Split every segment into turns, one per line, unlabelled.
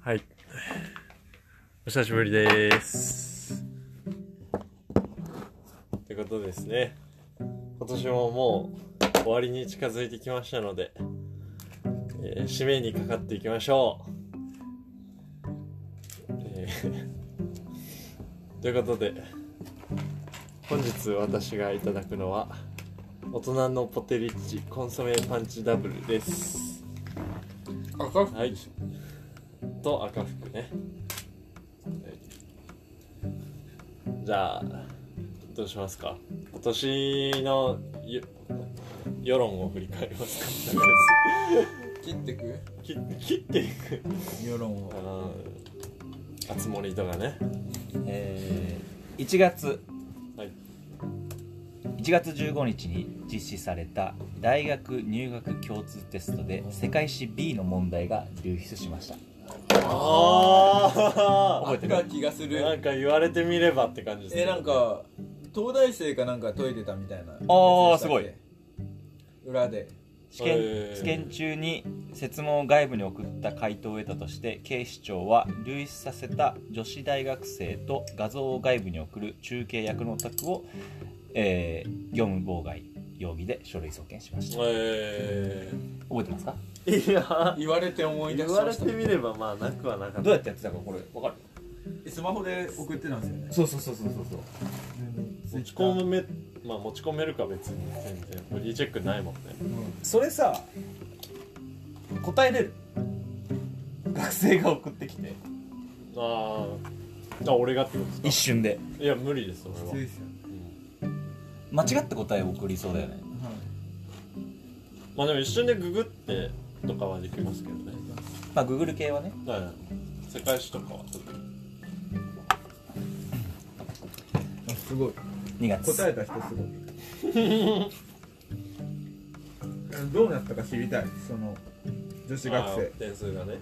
はい。お久しぶりです。ということですね。今年ももう終わりに近づいてきましたので、えー締めにかかっていきましょう。えー ということで、本日私がいただくのは、大人のポテリッチコンソメパンチダブルです。
赤
はい。と赤服ね。じゃあどうしますか。今年のよ世論を振り返りますか。
切ってく
切切っていく。
世論を
あのあつ森とかね。
えー1月
はい。
1月15日に実施された大学入学共通テストで世界史 B の問題が流出しました
あ
覚えてる
赤気がす
あ。 なん
る
か言われてみればって感じですね。
えなんか東大生かなんか解いてたみたいな
ーすごい
裏で
試験,、
えー
試験中に設問を外部に送った回答を得たとして警視庁は流出させた女子大学生と画像を外部に送る中継役のお宅を、えー業務妨害容疑で書類送検しました
え
覚えてますか
ー、いや
言われて思い出
言
し
わ
ま
れ
した
てみればまあなくはなかった
どう。やってやってたかこれわかる
スマホで送ってたんですよね
そうそうそうそうそうそう
持ち込めまあ持ち込めるか別に全然ボディチェックないもんね。
それさ答えれる学生が送ってきて
あーあ俺がってことで
一
す
瞬で
かいや無理です俺は、
すよね
うん
間違った答えを送りそうだよね
まあでも一瞬でググってとかはできますけどね
まあグーグル系はね
だから世界史とかは特に
すごい
2月
えた人す ごいどうなったか知りたいその女子
あー点数がね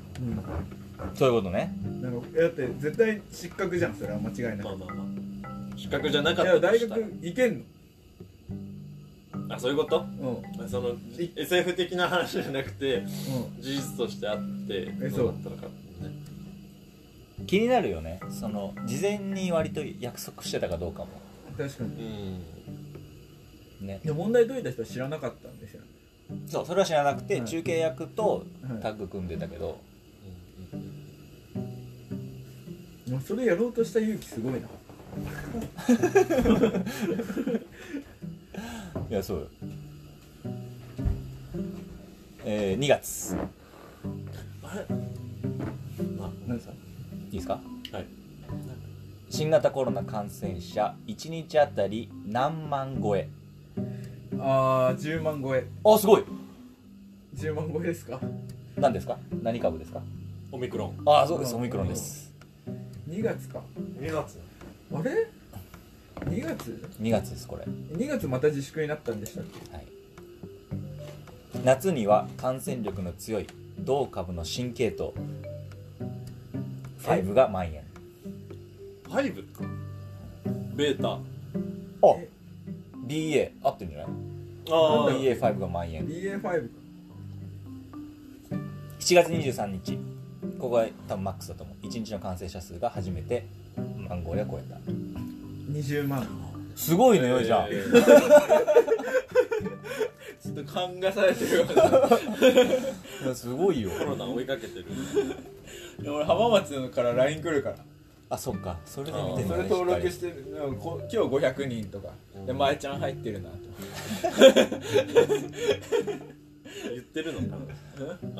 そういうことね
なんかだって絶対失格じゃんそれは間違いな
ま
い
あまあまあ失格じゃなか
い
っ
や
たと
大
した
学
ら
行けん
あそういうこと
のうん
そのじ SF 的な話じゃなくて事実としてあって
え
ど
そうう
なったのかってね
気になるよねその事前に割と約束してたかどうかも
うん確かに
うん
ね
で問題解いた人は知らなかったんですよ
そうそれは知らなくて
はい
中継役と
はい
タッグ組んでたけど
もうそれやろうとした勇気すごいない
やそうよえー、2月
あれま
何ですか
いいですか
あはい
新型コロナ感染者1日あたり何万超え
あー10万超え
あすごい
10万超えですか
何ですか何株ですか
オミクロン
ああそうです
う
オ
ん
ミクロンです
2月か
2月
あれ2月
2月ですこれ、は
2月また自粛になったんでしたっけ
い、夏には感染力の強い同株の新系統5が蔓延
5ベータ
あ
え
BA 合ってるんじゃない
あー
BA.5 が蔓延
BA.5 か
7月23日ここが多分マックスだと思う1日の感染者数が初めて万超えを超えた
20万
すごいのよじゃん、
えー
ちょっと勘がされてるよう
いやすごいよ
コロナ追いかけてる。
な俺浜松から LINE 来るから
あそっかそれで見てん
そ
だ
れ
ね
登録
し
してるうんこ今日500人とかでまえちゃん入ってるなと
言ってるのかな。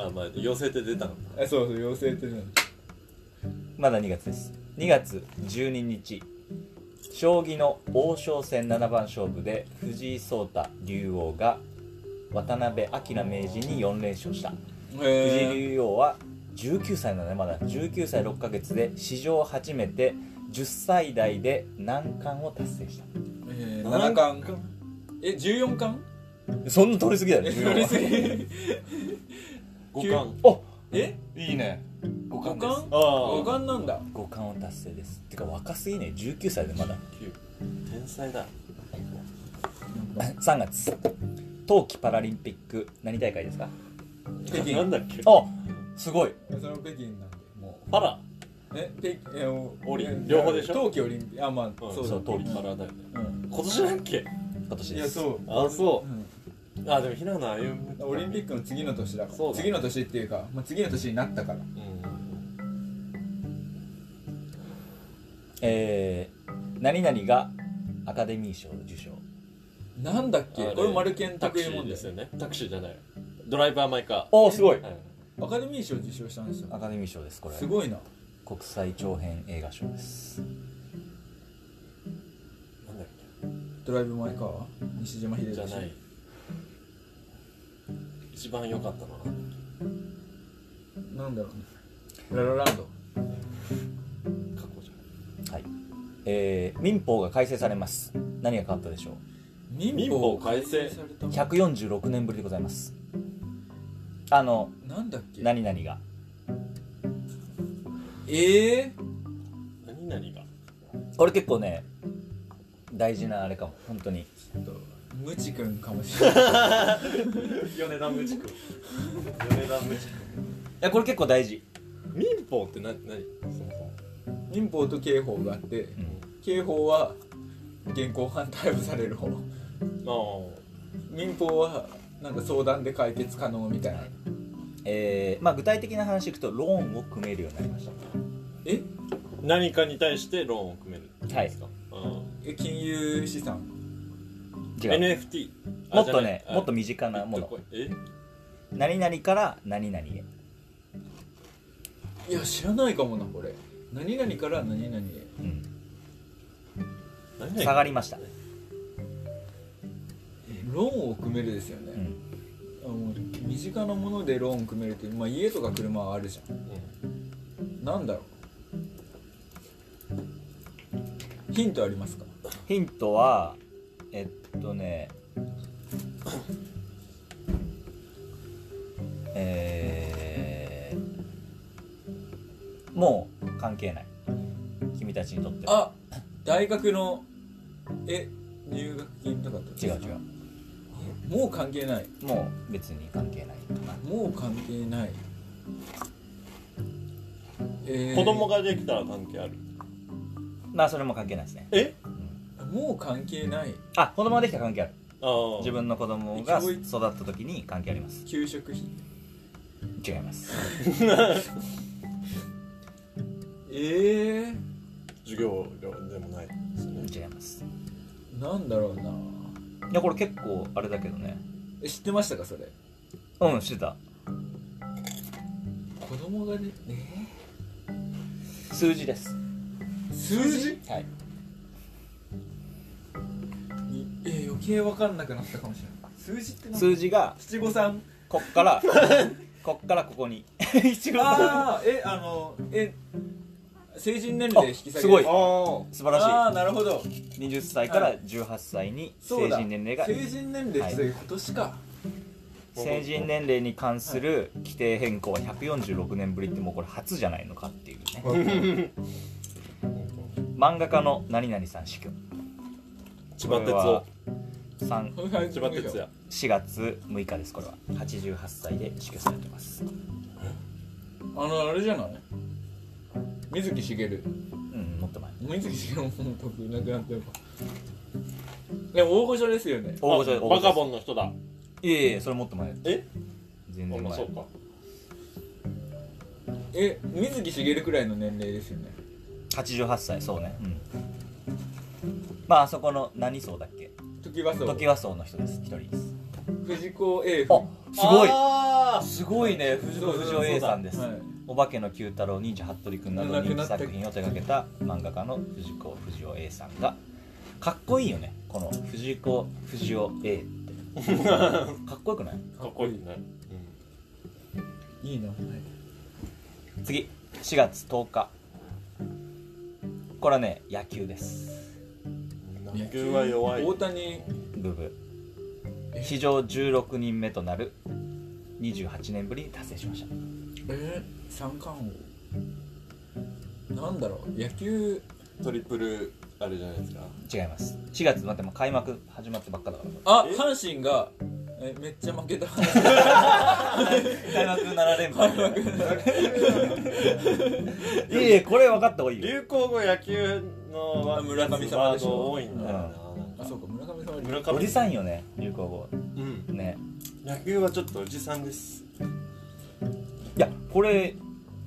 あ、まあ、寄せて出たのか。
えそうそう陽性ってね
っかりまだ2月です2月12日将棋の王将戦七番勝負で藤井聡太竜王が渡辺明名人に4連勝した藤井
へえ
竜王は19歳なのねまだ19歳6ヶ月で史上初めて10歳代で難関を達成し
7巻え14巻
たそんな取りすぎだよ
え
ね
取りすぎ
五冠。
あ
え
いいね五
五
冠
巻
です
五
ああ。
巻なんだ
五冠を達成ですてか若すぎね19歳でまだ
天才だ。
3月冬季パラリンピック何大会ですか
北京
なんだっけ。
あすごい
その北京なんでもう
パラ
えペえお
オリン両方でしょ
冬季オリンピックあまあ、
うん
そうだ
そう東京パラだよね
うん
今年だっけ
今年
い
で
や
す
そう、
あそううんあでも平野歩夢
オリンピックの次の年だから
そうだ
次の年っていうか、まあ、次の年になったから
うん
えー、何々がアカデミー賞受賞
なんだっけ
あれ
これマルケン
タク
特
シ
有問
ー
題
ですよねタクシーじゃないドライバーマイカ
おおすごい
ー、はい、
アカデミー賞受賞したんですよ
アカデミー賞ですこれ
すごいな
国際長編映画賞です
なんだっ
ドライブ・マイ・カーは西島秀
けじゃ
俊
ない一番良かったのは
なんだろうねララランド
過去じゃん
はいえー、民法が改正されます何が変わったでしょ
民
法改正
された
う
も
146年ぶりでございますあの
んなんだっけ
何々が
ええ
何々が
これ結構ね大事なあれかも本当に
ー、とムチ君かもしれない
米田無地君米田無地君
いやこれ結構大事
民法って何何そもそも
民法と刑法があって
うん
刑法は現行犯逮捕される方
ま
民法はなんか相談で解決可能みたいな
えーまあ、具体的な話いくとローンを組めるようになりまし
え
あ何かに対してローンを組めるってことですか、
え金融資産
た
う
違
ん、
う
NFT あ
もっとね
じゃない
もっと身近なも
ビットコ
の
インえ
何々から何々へ
いや知らないかもなこれ何々から何々へ
うん
何
下がりました、
ローンを組めるですよ
う
ね、
ん
あもう身近なものでローン組めるって、まあ、家とか車はあるじゃ
うん
んなんだろうヒントありますか
ヒントはえっとねえー、もう関係ない君たちにとっては
あ大学のえ入学金とかって
違う違
う
う
もう関係ない
もう別に関係ないかな
もう関係ない、えー
子供ができたら関係ある
まあそれも関係ないですね
え
もう関係ない
あ子供ができたら関係ある
ああ
自分の子供が育った時に関係あります
給食費
違います
ええ
授業料でもないですね
違います
ー、なんだろうない
やこれ結構あれだけどね
え知ってましたかそれ
うんしてた
子供がね
数字です
数字
はい
いえー余計分かんなくなったかもしれない数字ってなんか
数字が
七五三
こっからこっからここに一五三
ああえあのえ成人年齢引き下げ
あ すごい
あー
素晴
あ
ら
ーなるほど
しい20歳から18歳に
そ
成
うだ
人年齢が
成人年齢引き下げ今年 か
成人年齢に関する規定変更は146年ぶりってもうこれ初じゃないのかっていうね漫画家の何々さん死去
千葉哲夫
三
千葉哲也
4月6日ですこれは88歳で死去されてます
あのあれじゃない水木しげる
うんもっと前
水木しげるももう僕いなくなってるでも大御所ですよね
大御所大御
バ
所
カボンの人だ
いやいやいやそれもっと前
え
全
あ
然
まあ
前
そうか
え水木しげるくらいの年齢ですよね
88歳そうねうんまああそこの何層だっけ
時はそう
時和層の人です一人です
藤子 A
あすごい
あー
すごいね藤
そう
子
そう
不二雄 A さんです、
はい
お化けの九太郎忍者服部くんなど
亡
人
く
気
なった
作品を手掛けた漫画家の藤子不二雄 A さんがかっこいいよねこの藤子不二雄 A ってかっこよくない
かっこいいね
いいな
次4月10日これはね野球です
うん野球は弱い
大谷
ブブ史上16人目となる28年ぶりに達成しました
えー、三冠王なんだろう野球
トリプルあれじゃないですか
違います4月待ってもう開幕始まってばっかだから
あ
え
阪神がええめっちゃ負けた
開幕7連敗 いやいやこれ分かった方がいいよ
流行語野球のワード
村神様でしょ
多いんだよ
あそうか村上さんは
な村
お
上
じさんよね流行語
うん
ね
野球はちょっとおじさんです
いやこれ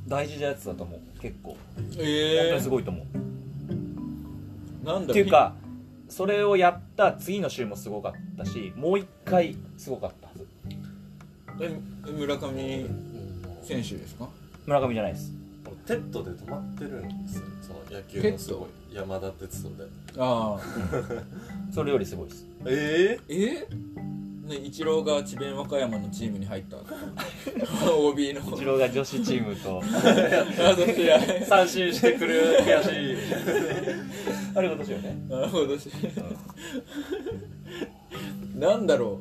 大事なやつだと思う結構本
え
当
え
にすごいと思う、
なんだ
っていうかそれをやった次の週もすごかったしもう一回すごかったはず
え村上選手ですか
村上じゃないです
テッドで止まってるんですよその野球
テ
の
ッド
すごい山田哲人で
ああ
それよりすごいです
え
えねイチローが智弁和歌山のチームに入った OB の
一郎が女子チームと
あそ試合
え三振してくる悔しい
あれ今年よね
なるほどしなんだろ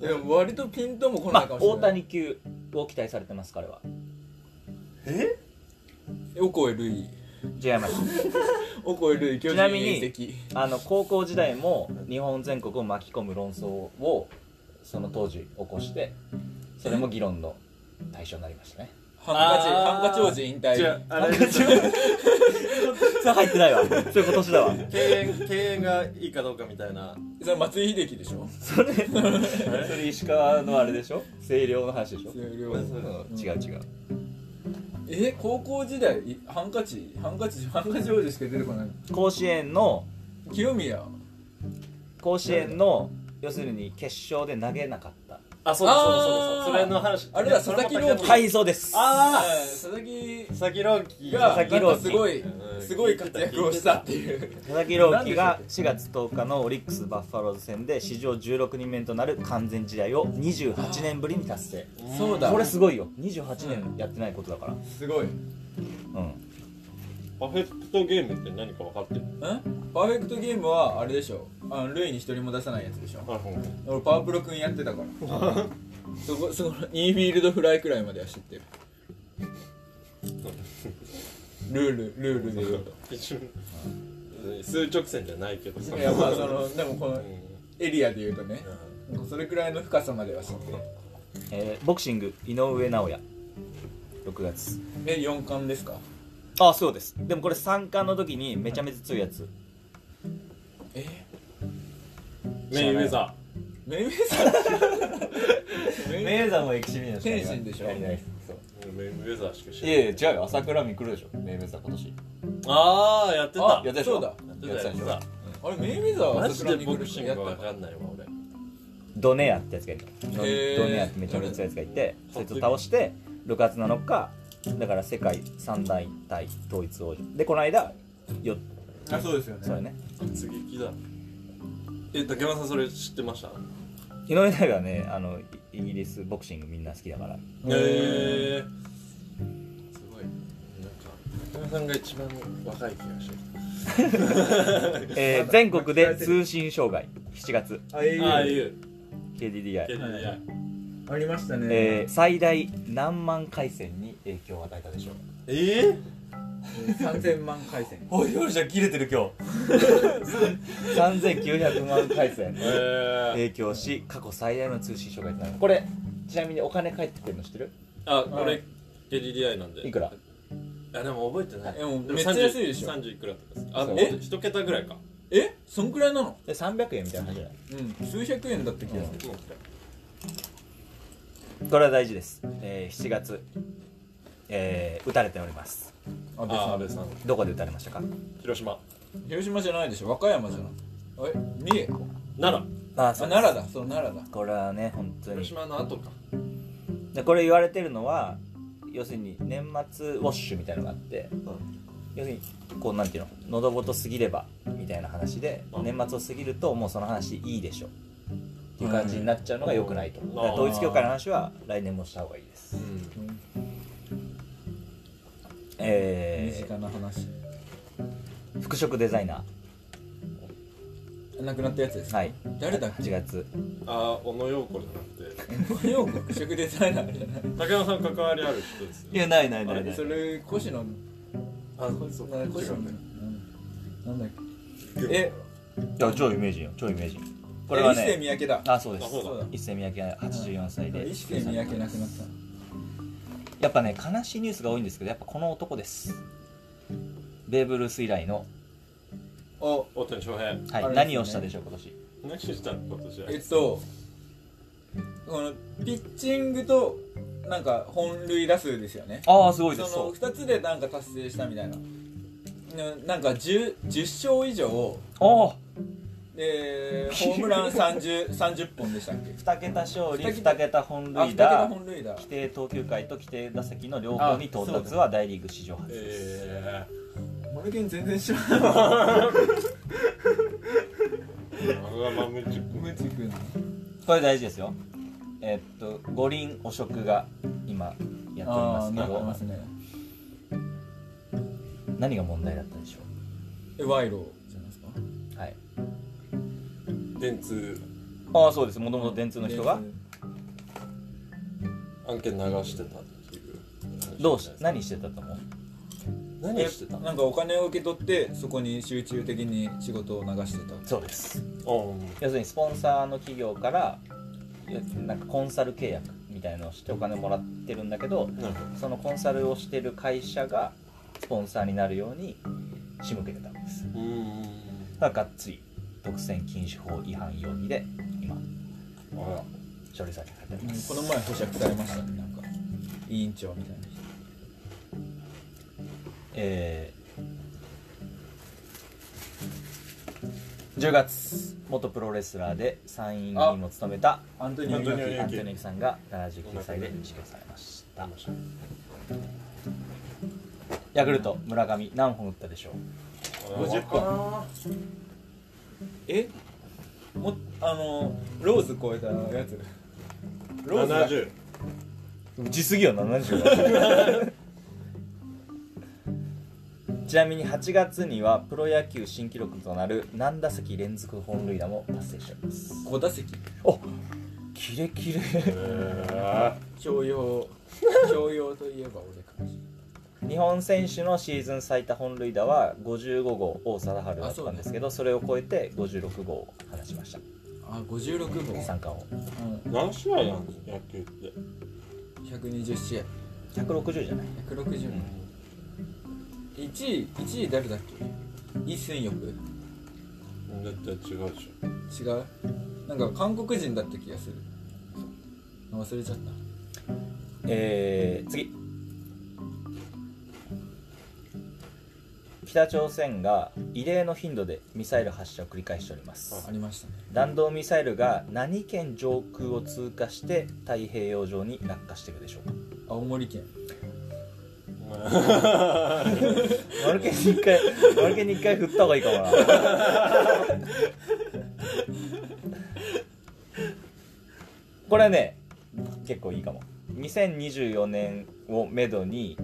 ういや割とピンとも来な
ま
い
あ
かもしれ
大
ない、
谷級を期待されてます彼は
え
オコエルイ
違います
オコエルイ巨
ち
人
なみに
移籍
あの高校時代も日本全国を巻き込む論争をその当時起こしてそれも議論の対象になりました ね
ハンカチ
あー
ハンカチ王子引
じゃ
退
ああれですよ
それ入ってないわそれ今年だわ
敬遠敬遠がいいかどうかみたいな
それ松井秀喜でしょ
それそれ石川のあれでしょ清涼の話でしょ
数量
うん違う違う
え高校時代いハンカチハンカチハンカチ王子しか出てこない
甲子園の
清宮
甲子園の要するに決勝で投げなかった
あそうだそうだ
あー
そうだそれの話
あれだ佐々木朗希
はいそうです
あ
えー佐々木
ー佐々木朗希
が
佐々木朗希
なんかすごい
うん
すごい活躍をしたっていう
佐々木朗希が4月10日のオリックス・バッファローズ戦で史上16人目となる完全試合を28年ぶりに達成
そうだ
これすごいよ28年やってないことだから
すごいん
うん
パーフェクトゲームって何か分かってる
パーフェクトゲームはあれでしょあの類に一人も出さないやつでしょ
あほん
俺パワプロ君やってたから そこそこインフィールドフライくらいまでは知ってるルールルールで言うと
一瞬数直線じゃないけどさ
いやまあそのでもこ
う
の
ん
エリアで言うとねなんかそれくらいの深さまでは知ってる
えーボクシング井上尚弥6月
え4冠ですか
あそうですでもこれ三冠の時にめちゃめちゃ強いやつ
え
メインウェザ
メイウェ ザーメイウェザー
メーザーもエキシビジョン
天心でしょ
やりないですそう
ーメインウェザーしか知
い
らない
やいや違うよ朝倉未来でしょメーメーザー今年
ああやってた
あ
やったでしょ
そうだ
やって
やって
た
た
やっ
でしてょ
た
あれメイウェザーは
マジ
桜
で
に
ボ
来る
クシン
やっ
グ
た
わ
か
かんないわ俺
ドネアってやつがいるの
へー
ドネアってめちゃめちゃ強いやつがいてそいつを倒して6月7日だから世界三大対統一王者でこの間よ
あそうですよね
そうやね
活劇だえ竹山さんそれ知ってました
井上尚弥はねあのイイギリスボクシングみんな好きだ から
えー、すごいなんか竹山さんが一番若い気がして
えー全国で通信障害7月
あええ
きたああいう
KDDI、
KDDI
ありましたね、
えー最大何万回線に影響を与えたでしょう
えー、
3000万回線
おいおいじゃん切れてる今日3900万回 線
えー、
影響し過去最大の通信障害となるこれちなみにお金返ってくるの知ってる
あこれ KDDI なんで
いくら
あでも覚えてない
でも
も
めっちゃ安いでしょ
30いくらとかですあ
そう
え一桁ぐらいか
えそんくらいなの
で300円みたいな話じゃない
うん数百円だった気がする
これは大事です、えー7月、えー打たれております
安倍
あ
さ
安
ん
倍さん
どこで打たれましたか
広島
広島じゃないでしょ和歌山じゃないえ三重
奈
ああ
あ奈良だそう奈良だ
これはね本当
良
に
広島の後か
でこれ言われてるのは要するに年末ウォッシュみたいなのがあって、要するにこうなんていうの喉元過ぎればみたいな話で
うん
年末を過ぎるともうその話いいでしょっていう感じになっちゃうのが良くないと、
うん
だから統一教会の話は来年もした方がいいです
うん
身
え
近な話
ー、服飾デザイナ
亡くなったやつです
ー
か
はい
誰だっ け
8月
あー小野陽子じゃなくて
日本国食デザイナーじゃない
竹山さん関わりある人ですよ
やないな
あれそれ越野
あそう
な越野
違う
うんなんだっけえ
え
いや超有名人よ超有名人これは
え一世三
ね
宅だ
あそうです
あそうだ
一世三宅84歳で
一世三宅亡くなった
やっぱね悲しいニュースが多いんですけどやっぱこの男ですベーブ・ルース以来の、
お
大谷翔平
は
あ
い
れですね
何をしたでしょう今年
何したの今年は
えっとこのピッチングとなんか本塁打数ですよね
ああすごい
そ
です
の
そ
2つでなんか達成したみたいなななんか 10, 10勝以上
うああ
でホームラン 30, 30本でしたっけ
2桁勝利
二桁
2桁本
あ二
塁
桁
打
本塁打
規定投球回と規定打席の両方に到達は大リーグ史上初
え
マルゲン全然知らない
ー、マグアマムチ君
ムチ君の
これ大事ですよえっと五輪汚職が今やっておりますけ
あーなってます
ど
ね
何が問題だったでしょ
え賄賂じゃないですか
うはい
電通
ああそうですもともと電通の人が
案件流してたっていう
どうし何してたと思う
何
え
してた
なんかお金を受け取ってそこに集中的に仕事を流してた
そうです
うん
要するにスポンサーの企業からいやなんかコンサル契約みたいのをしてお金もらってるんだけど
なるほ
そのコンサルをしてる会社がスポンサーになるように仕向けてたんです
どうん
だからがっつり独占禁止法違反容疑で今
あら
処理されてあり
うん
ます
この前保釈されましたねなんか委員長みたいな
えー10月元プロレスラーで参院議員を務めた
アントニ
ニ
オ
オ
猪
猪
木
木
アントニオ猪木さんが79歳で死去されましたヤクルト村上何本打ったでしょう
50本えもあのローズ超えたやつローズが
70
打ちすぎよ70 ちなみに8月にはプロ野球新記録となる何打席連続本塁打も達成しております
5打席
おキレキレ
え
教養教養といえば俺かもし
日本選手のシーズン最多本塁打は55号王貞治だったんですけどそ,、れを超えて56号を放ちまし
れないあ56
た
本、
三冠
ー何試合やんの野球って
うん、120試合
王160じゃない
160本1位1位誰だっけイ・スンヨプ
絶対違うでし
違うなんか韓国人だった気がする忘れちゃった
えー、次北朝鮮が異例の頻度でミサイル発射を繰り返しております
ありましたね
弾道ミサイルが何県上空を通過して太平洋上に落下しているでしょうか
青森県
丸ルケンに一回丸ルに一回振った方がいいかもなこれね結構いいかも2024年をめどに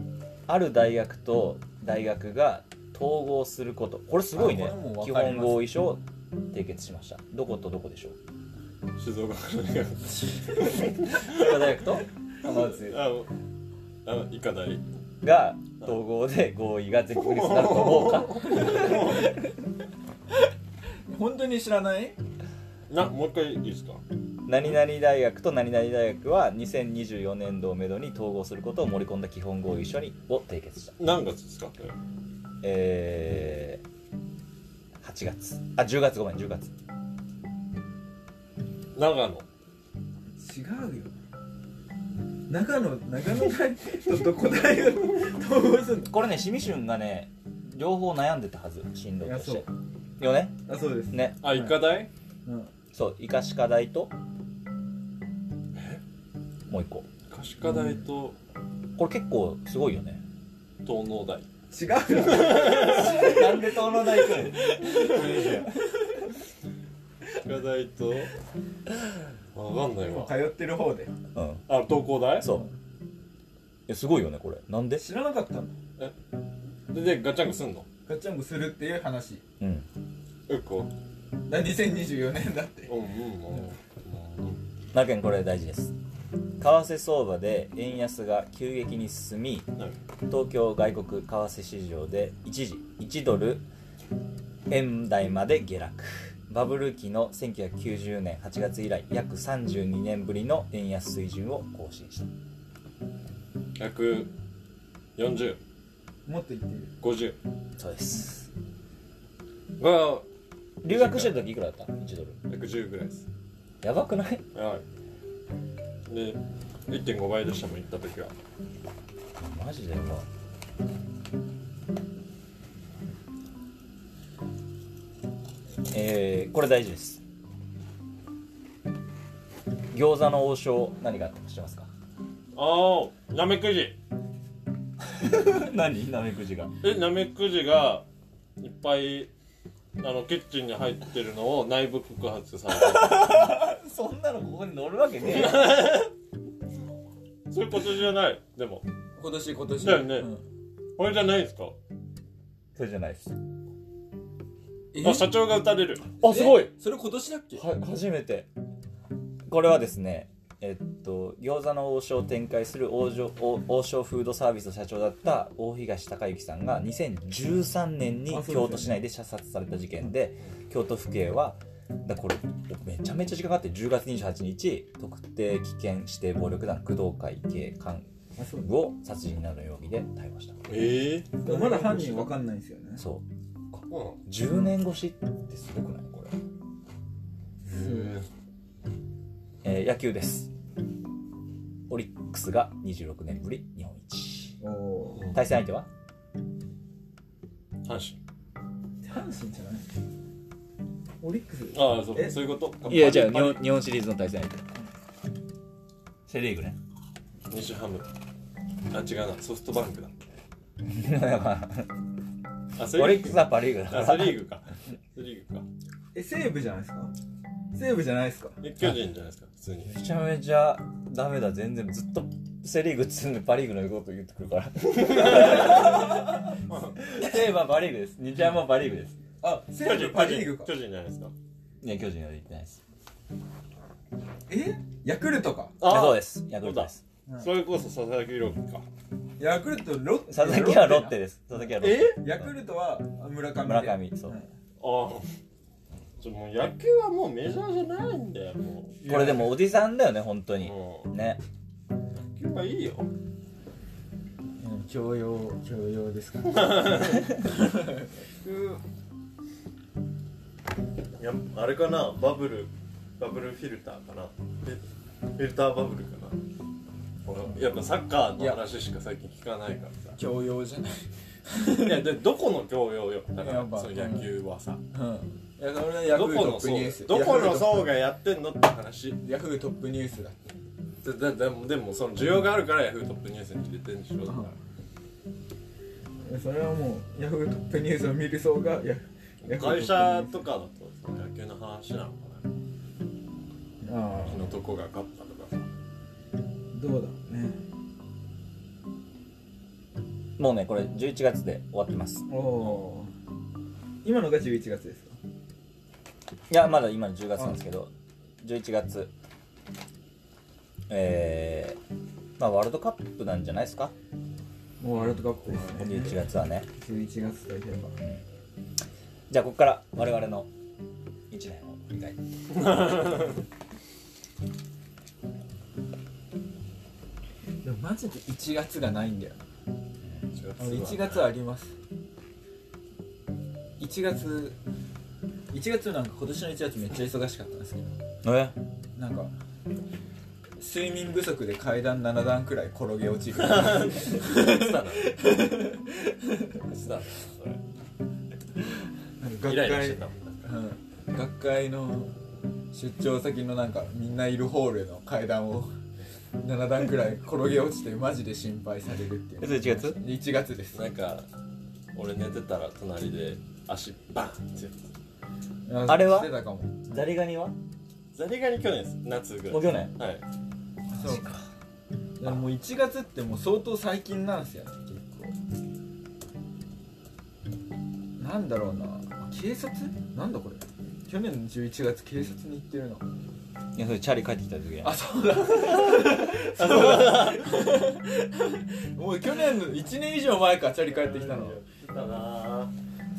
ある大学と大学が統合することこれすごいね
あこれも
基
分かります
本合意書を締結しましたどことどこでしょう
ょ静岡大学
静岡大学と浜松
あのあの以下だり
が統合で合意が全国率になると思うか
本当に知らない
なもう一回いいですか
何々大学と何々大学は2024年度をめどに統合することを盛り込んだ基本合意書にを締結した
何月ですかこれ
えー、8月あ10月ごめん10月
長野
違うよ長野長野大とどこ大学統合すんの
これねシミシュンがね両方悩んでたはず進路とし
い
て
やそ
よね
あそうです
ね
あ、医科大
うん
そう医科歯科大ともう一個
科歯科大と
これ結構すごいよね
東農大
違うよ
なんで東農大行くの
歯科大とわかんない
今
わ
通ってる方で
うん
あ、東工大
そういやすごいよねこれなんで
知らなかったの
でで、ガチャンコすんの
ガチャンコするっていう話
うん
うっこ
だ2024年だって
うんうんうん
だけんこれ大事です為替相場で円安が急激に進み
うんはい
東京外国為替市場で一時1ドル円台まで下落バブル期の1990年8月以来約32年ぶりの円安水準を更新した
140
もっと言っている
50
そうです
これは
留学してた時いくらだった1ドル
約10ぐらいです
やばくない
はいで1.5倍でしたもん行った時は
マジでかえー、これ大事です餃子の王将何があったか知ってますか
ああなめくじ
何なめくじが
えなめくじがいっぱいあのキッチンに入ってるのを内部告発された
そんなのここに乗るわけね
それ今年じゃないでも
今年今年
だよね
うん
これじゃないんですか
それじゃないです
え
あ社長が撃たれる
あすごい
えそれ今年だっけ
は初めてこれはですねえっと餃子の王将を展開する王将王王将フードサービスの社長だった大東隆之さんが2013年に京都市内で射殺された事件で京都府警はだこれめちゃめちゃ時間かかって10月28日特定危険指定暴力団工藤会系幹
あそう
部を殺人などの容疑で逮捕した
ええ
だまだ犯人わかんないんですよね
そう
そうなの
10年越しってすごくないこれ、えー野球ですオリックスが26年ぶり日本一
おお
対戦相手は
阪
ー阪神じゃないオリックス
神ああそう
え
そういうこと
いやじゃあ日本日本シリーズの対戦相手セ・リーグ ね
西ハムあ違うなソフトバンクだあセ
オリ
リー
ック
グ
スはパ・リーグだか
あ
ら
セリーグかセリーグか
え西武じゃないですか西武じゃないですか
え巨人じゃないですか普通に
めちゃめちゃダメだ全然ずっとセ・リーグっつうんでパ・リーグの言うこと言ってくるから 西武はパ・リーグです日ハムはパ・リーグです
あ西
巨
武
人
パ・
巨
リーグか
人巨人じゃないですか
いや巨人は言ってないです
えヤクルトか
いやそう
で
ですヤクルトです
すそれこそ佐々木朗希か
ヤクルトロッテ
佐々木はロッテです佐々木はロッテ
ヤクルトは村上で
村上そう、
はい
ああちょもう野球はもうメジャーじゃないんだよも
これでもおじさんだよね本当
う
に、
も
ね
う野球はいいよ
うん教養教養ですか
いやあれかなバブルバブルフィルターかなえフィルターバブルかな俺やっぱサッカーの話しか最近聞かないからさ
教養じゃない
いやでどこの教養よだか
や
ら
ば
その野球はさ
うんいやそれはヤ
ど
フ
こ
ート
の
ップ
層
ニュース
どこの層
が
がやってんのって話
ヤフートップニュースだ
でででもでもその需要があるからヤフートップニュースに出てんでしょだから
それはもうヤフートップニュースを見る層がヤフヤフートップニュー
会
ス
社とかだとその野球の話なのかな
あ
昨日どこが勝ったとかさ
あどうだろうね
もうねこれ11月で終わってます
おおー今のが11月ですか
いやまだ今の10月なんですけど11月えー、まあワールドカップなんじゃないですか
もうワールドカップです
11
ね
月はね
11月といえば
じゃあここから我々の1年を振り返って
でもマジで1月がないんだよ1
1
月はあります1月1月なんか今年の1月めっちゃ忙しかったんですけど
え
なんか睡眠不足で階段7段くらい転げ落 ちるあ
月だな夏だな
の
それ
学
イライラし
会
てたもんなんか
うん学会の出張先のなんかみんないるホールの階段を7段くらい転げ落ちてマジで心配されるっていう
えそれ1月
1月です
なんか俺寝てたら隣で足バンって
あれは
してたかも
ザリガニは
ザリガニ去年です夏ぐら
もう去年
いはい
そうかいやもう1月ってもう相当最近なんですよね結構なんだろうなあ警察なんだこれ去年の11月警察に行ってるの
いやそれチャリ帰ってきた時や
あ そうだそうだもう去年の1年以上前かチャリ帰ってきたの
だな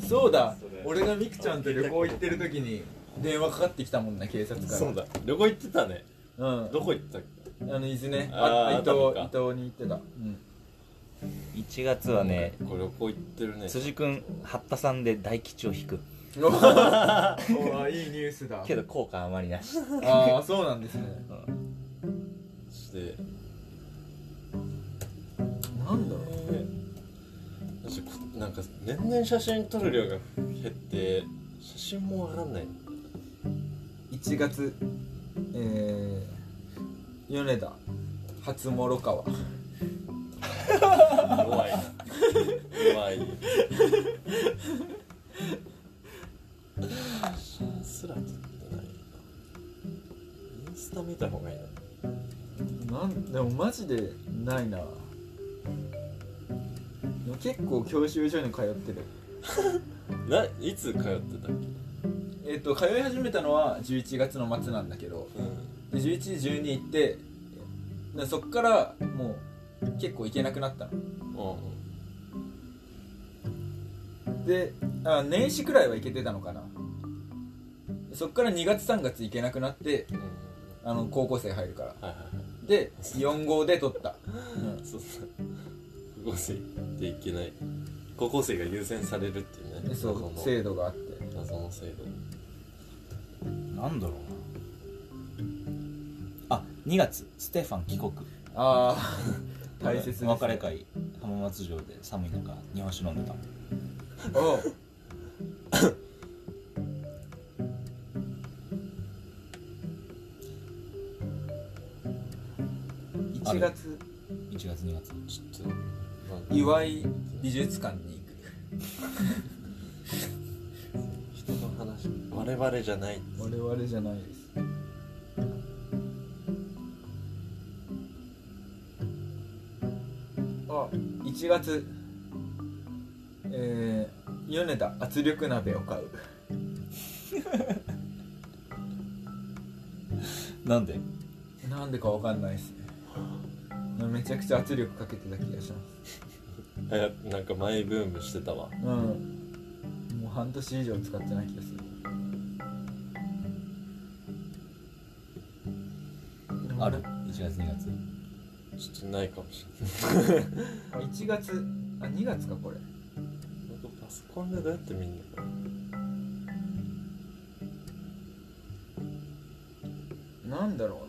そうだ
それ
俺がみくちゃんと旅行行ってる時に
電話かかってきたもんな警察から
そうだ旅行行ってたね
うん
どこ行ってたっ
あの伊豆ね
あー
あ伊藤
熱海
伊
か
東に行ってたうん
1月はね
けこれ旅行行ってるね
辻君八田さんで大吉を引く
おーいいニュースだ
けど効果あまりなし
ああそうなんですね
して
なんだろう
ね私こなんか年々写真撮る量が減って写真も上がんない
1月えー、米田初諸川
弱いな弱い写真すら撮ってないインスタ見た方がいいな
なんでもマジでないなでも結構教習所に通ってる
ないつ通ってたっ
えっと通い始めたのは11月の末なんだけど
け、うん、
で1112行ってでそっからもう結構行けなくなったの
うん
であ年始くらいは行けてたのかなでそっから2月3月行けなくなって
うんはい
あの高校生入るから
はいはい
で4号で取った、うん
そうそう高校生っていけない高校生が優先されるっていうね
でそ
謎
う
の
制度があって
謎の制度
なんだろうなあ2月ステファン帰国
ああ 大切です、
お別れ会浜松城で寒い中日本酒飲んでたもん
おう
あ
1
る
月
1月2月
ちょっとなんか
岩井美術館に
人の話我々じゃない
行く我々じゃないですあ1月えー、米田圧力鍋を買う
なんで
なんでかわかんないですねめちゃくちゃ圧力かけてた気がします
えなんかマイブームしてたわ
うんもう半年以上使ってない気がする
ある1月2月
ちょっとないかもしれ
あ1月あ2月かこれ
ないなんかパソコンでどうやって見んのかな
なんだろ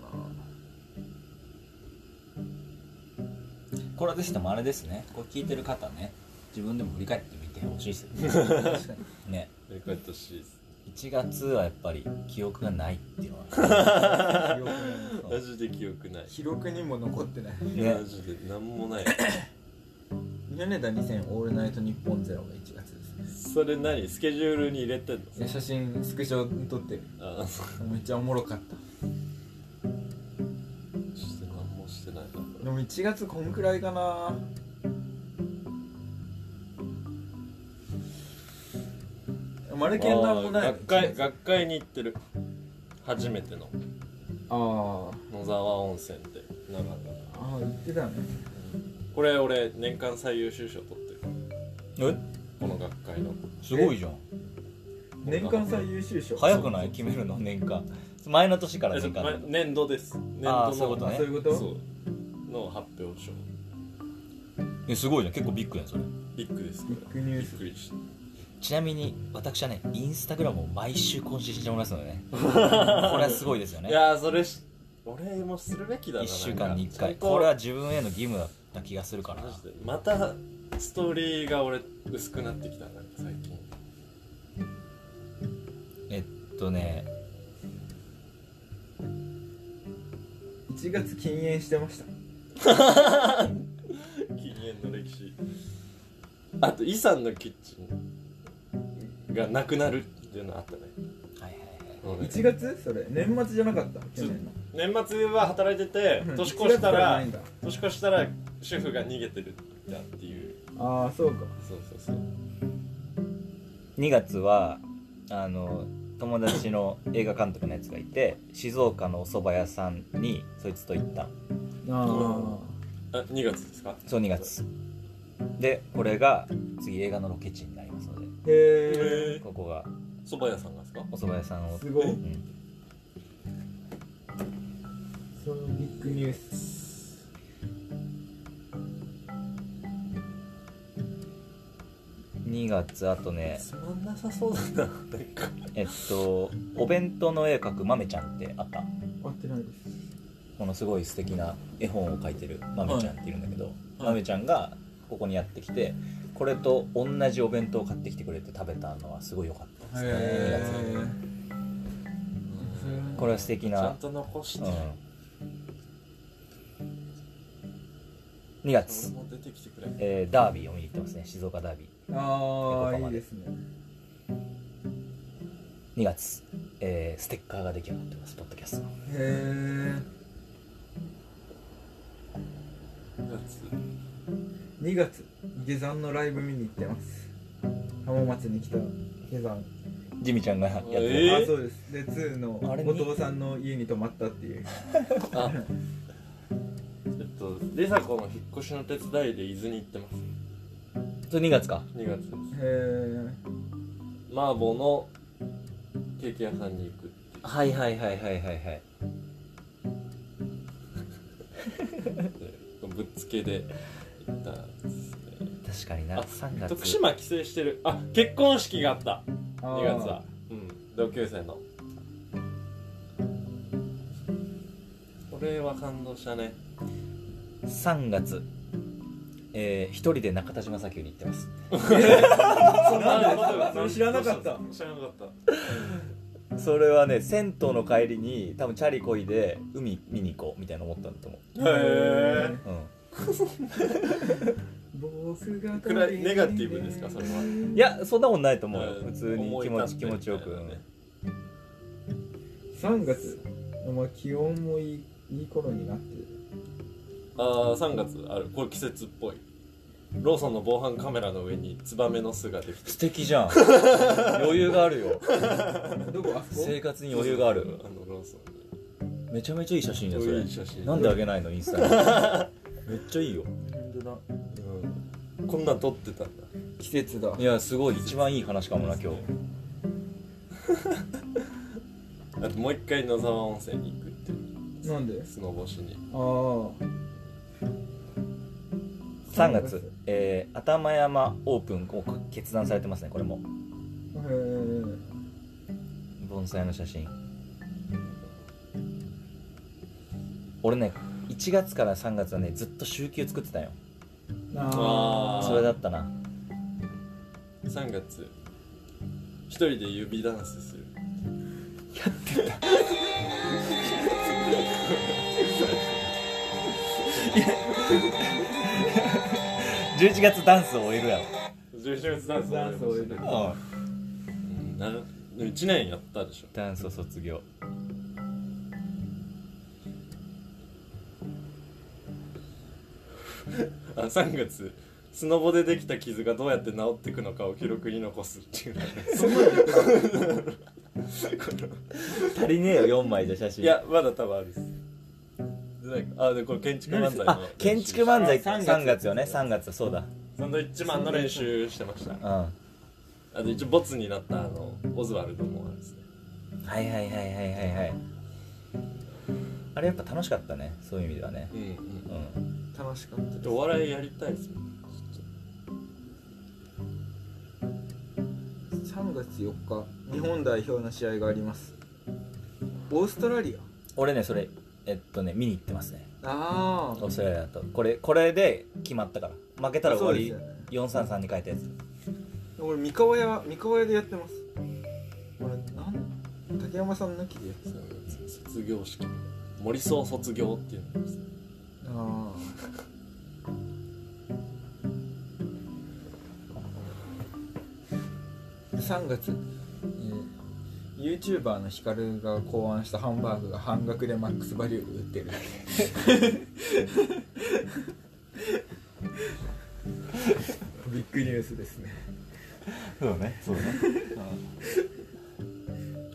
これはぜひともあれですねこれ聞いてる方ね自分でも振り返ってみてほしいですよ
う な確かに
ねね
振り返ってほしいです
1月はやっぱり記憶がないっていうのは
記憶に
マジで記憶ない
記録にも残ってない
マジで何もない
米田2000オールナイトニッポンゼロが1月ですね
それ何スケジュールに入れてんの
いや写真スクショ撮ってる
あそう
めっちゃおもろかっ
ち
た
ょっと何もしてないなこれ
でも1月こんくらいかなマルケンなんもない
あー
の
学会
1月
学会に行ってる初めての
あ
野沢温泉ってなんか
あああ言ってたね
これ俺年間最優秀賞取ってる
え
この学会の
すごいじゃん
年間最優秀賞
早くない決めるの年間前の年から
え
年間
ま年度です年度
あ
の
ーそういうこと
あ
ね
そういうこと
そうの発表書
えすごいじゃん結構ビッグやんそれ
ビッグですこれ
ビッグニュース
びっくりした
ちなみに私はねインスタグラムを毎週更新しておりますので ねこれはすごいですよね
いやーそれし俺もするべきだな
1週間に1
なんかち
回
ゃんと
これは自分への義務だった気がするから
マジでまたストーリーが俺薄くなってきたなんか最近
えっとね
1月禁煙してました
禁煙の歴史あとイさんのキッチンがなくなるっていうのあったね
はいはい
俺
1月それ年末じゃなかった去年の
年末は働いてて
うん
年越し
1月か
たら
らないんだ
年越したら主婦が逃げてるんだっていう
ああそうか
そうそうそう
2月はあの友達の映画監督のやつがいて静岡のお蕎麦屋さんにそいつと行った
あ
あ2月ですか
そう2月でこれが次映画のロケ地になりますので
あへえ
ここが
蕎麦屋さんがですか
お蕎麦屋さんを
すごい
うん
そのビッグニュース
2月あとね
つまんなさそうだななんか
えっとお弁当の絵描くまめちゃんってあった
合ってないです
このすごい素敵な絵本を描いてるまめちゃんっているんだけど、
い
まめちゃんがここにやってきてこれと同じお弁当を買ってきてくれて食べたのはすごい良かったですね
へ
や
ー
つこれは素敵
ちゃ
なん
と残して、
うん、2月、
俺も出てきてくれ
えーダービーを見に行ってますね静岡ダービ
あ
横
あい
浜
い
で
ですね
ー2月、えーステッカーが出来上がってますポッドキャストの
へえ2月下山のライブ見に行ってます浜松に来た下山
ジミちゃんがやってる、
えー
あそうですで2の
あれ
後藤さんの家に泊まったっていう
あえっと梨紗子の引っ越しの手伝いで伊豆に行ってます
それ2月か
2月です
へ
麻婆のケーキ屋さんに行くっていう
はいはいはいはいはいはい
ぶっつけで行ったんですね
確かに
あ
な3月
徳島帰省してるあ結婚式があった
え
2月はうん同級生のこれは感動したね
3月えー、一人で中田島砂丘に行ってます
そん
なんでそれ知らなかった
知らなかった
それはね銭湯の帰りに多分チャリこいで海見に行こうみたいな思ったんだと思
へえ
う、うん、
僕が
暗いネガティブですかそれはい
やそんなことないと思うよ、
うん
普通に
思い
気
立
持
って
ち気持ちよく、
みたいなね
3月まあ気温もいいいい頃になって
ああ3月あるこれ季節っぽいローソンの防犯カメラの上にツバメの巣ができて
素敵じゃ ん余裕があるよ
どこあそこ
生活に余裕があ
あ
る
のローソンに
めちゃめちゃいい写真じゃんそ
こう
れ
いう写真
なんであげないのインスタ にめっちゃいいよ
うんこんなん撮ってたんだ
季節だ
いやすごい一番いい話かもな今日
あともう一回野沢温泉に行くっていう
なんで
スノボしに
ああ
3月、えー、頭山オープンを決断されてますねこれも
へえ
盆栽の写真俺ね1月から3月はねずっと週休作ってたよ
あー
それだったな
3月一人で指ダンスする
11月ダンスを終えるやろ
11月ダンス
ダンスを終える
うんなる1年やったでしょ
ダンスを卒業
あ3月スノボでできた傷がどうやって治っていくのかを記録に残すっていうのが
足りねえよ4枚じゃ写真
いやまだ多分あるですでなんかあでこれ建築漫才
あ
の
建築漫才
あ3月
3月よね3月そうだ
サンドイッチマンの練習してました
うんは
あと一応ボツになったあのオズワルドもあるんですね
いはいはいはいはいはいあれやっぱ楽しかったねそういう意味ではね
うん
う
うん
楽しかった
んお笑いやりたいですもん
3月4日日本代表の試合がありますオーストラリ
俺ねそれえっとね見に行ってますね
アあ
オーストラリアとこれこれで決まったから負けたら終わり、
そうですよね
433に変えたやつ
俺三河屋三河屋でやってます俺なん竹山さん抜きでやって
そう卒業式森荘卒業っていうのがあるんですね
たああ3月、えー、YouTuber のヒカルが考案したハンバーグが半額でマックスバリューで売 ってるビッグニュースですね
そうねそうね